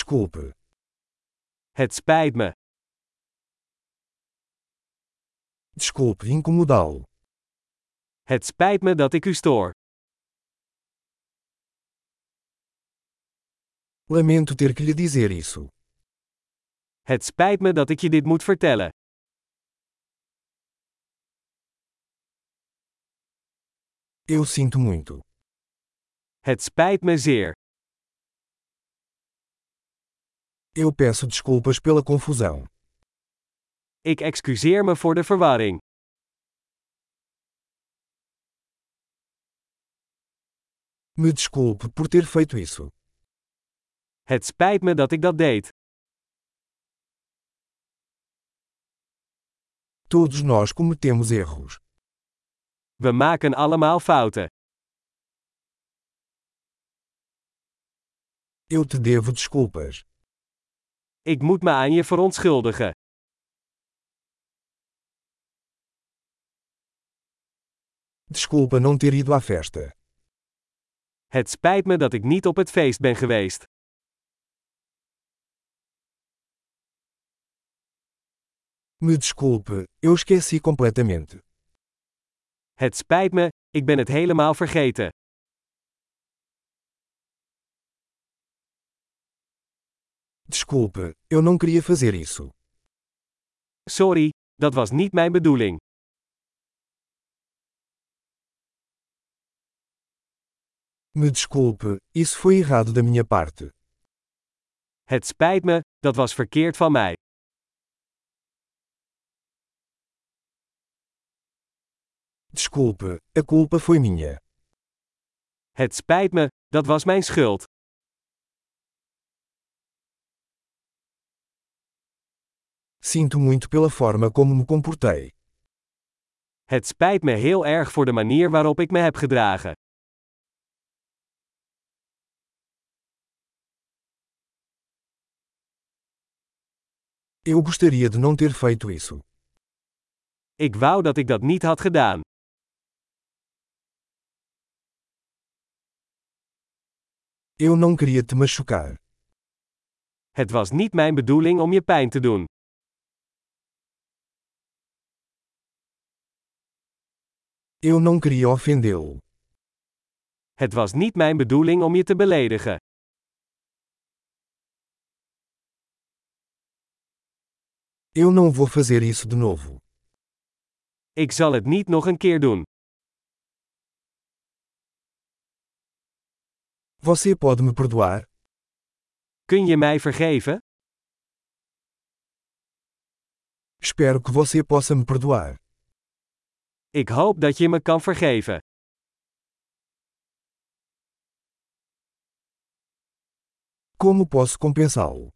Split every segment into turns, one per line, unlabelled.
Desculpe.
Het spijt me.
Desculpe incomodá-lo.
Het spijt me dat ik u stoor.
Lamento ter que lhe dizer isso.
Het spijt me dat ik je dit moet vertellen.
Eu sinto muito.
Het spijt me zeer.
Eu peço desculpas pela confusão.
Ik excuseer me voor de verwarring.
Me desculpe por ter feito isso.
Het spijt me dat ik dat deed.
Todos nós cometemos erros.
We maken allemaal fouten.
Eu te devo desculpas.
Ik moet me aan je verontschuldigen.
Desculpa não ter ido à festa.
Het spijt me dat ik niet op het feest ben geweest.
Me desculpe, eu esqueci completamente.
Het spijt me, ik ben het helemaal vergeten.
Desculpe, eu não queria fazer isso.
Sorry, dat was niet mijn bedoeling.
Me desculpe, isso foi errado da minha parte.
Het spijt me, dat was verkeerd van mij.
Desculpe, a culpa foi minha.
Het spijt me, dat was mijn schuld.
Sinto muito pela forma como me comportei.
Het spijt me heel erg voor de manier waarop ik me heb gedragen.
Eu gostaria de não ter feito isso.
Ik wou dat ik dat niet had gedaan.
Eu não queria te machucar.
Het was niet mijn bedoeling om je pijn te doen.
Eu não queria ofendê-lo.
Het was niet mijn bedoeling om je te beledigen.
Eu não vou fazer isso de novo.
Ik zal het niet nog een keer doen.
Você pode me perdoar?
Kun je mij vergeven?
Espero que você possa me perdoar.
Ik hoop dat je me kan vergeven.
Como posso compensá-lo?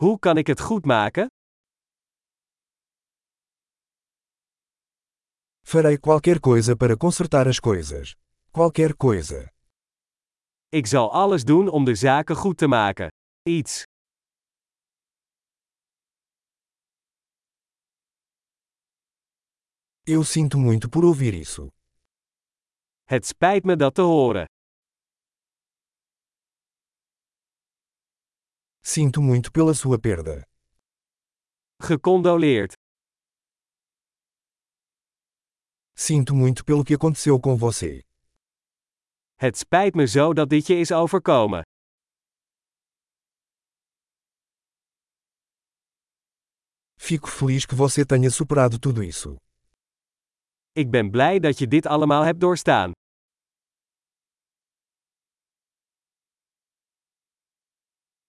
Hoe kan ik het goed maken?
Farei qualquer coisa para consertar as coisas. Qualquer coisa.
Ik zal alles doen om de zaken goed te maken. Iets.
Eu sinto muito por ouvir isso.
Het spijt me dat te horen.
Sinto muito pela sua perda.
Gecondoleerd.
Sinto muito pelo que aconteceu com você.
Het spijt me zo dat dit je is overkomen.
Fico feliz que você tenha superado tudo isso.
Ik ben blij dat je dit allemaal hebt doorstaan.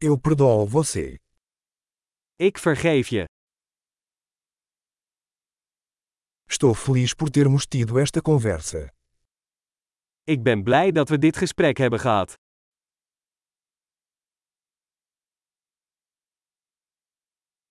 Eu perdoo você.
Ik vergeef je.
Estou feliz por termos tido esta conversa.
Ik ben blij dat we dit gesprek hebben gehad.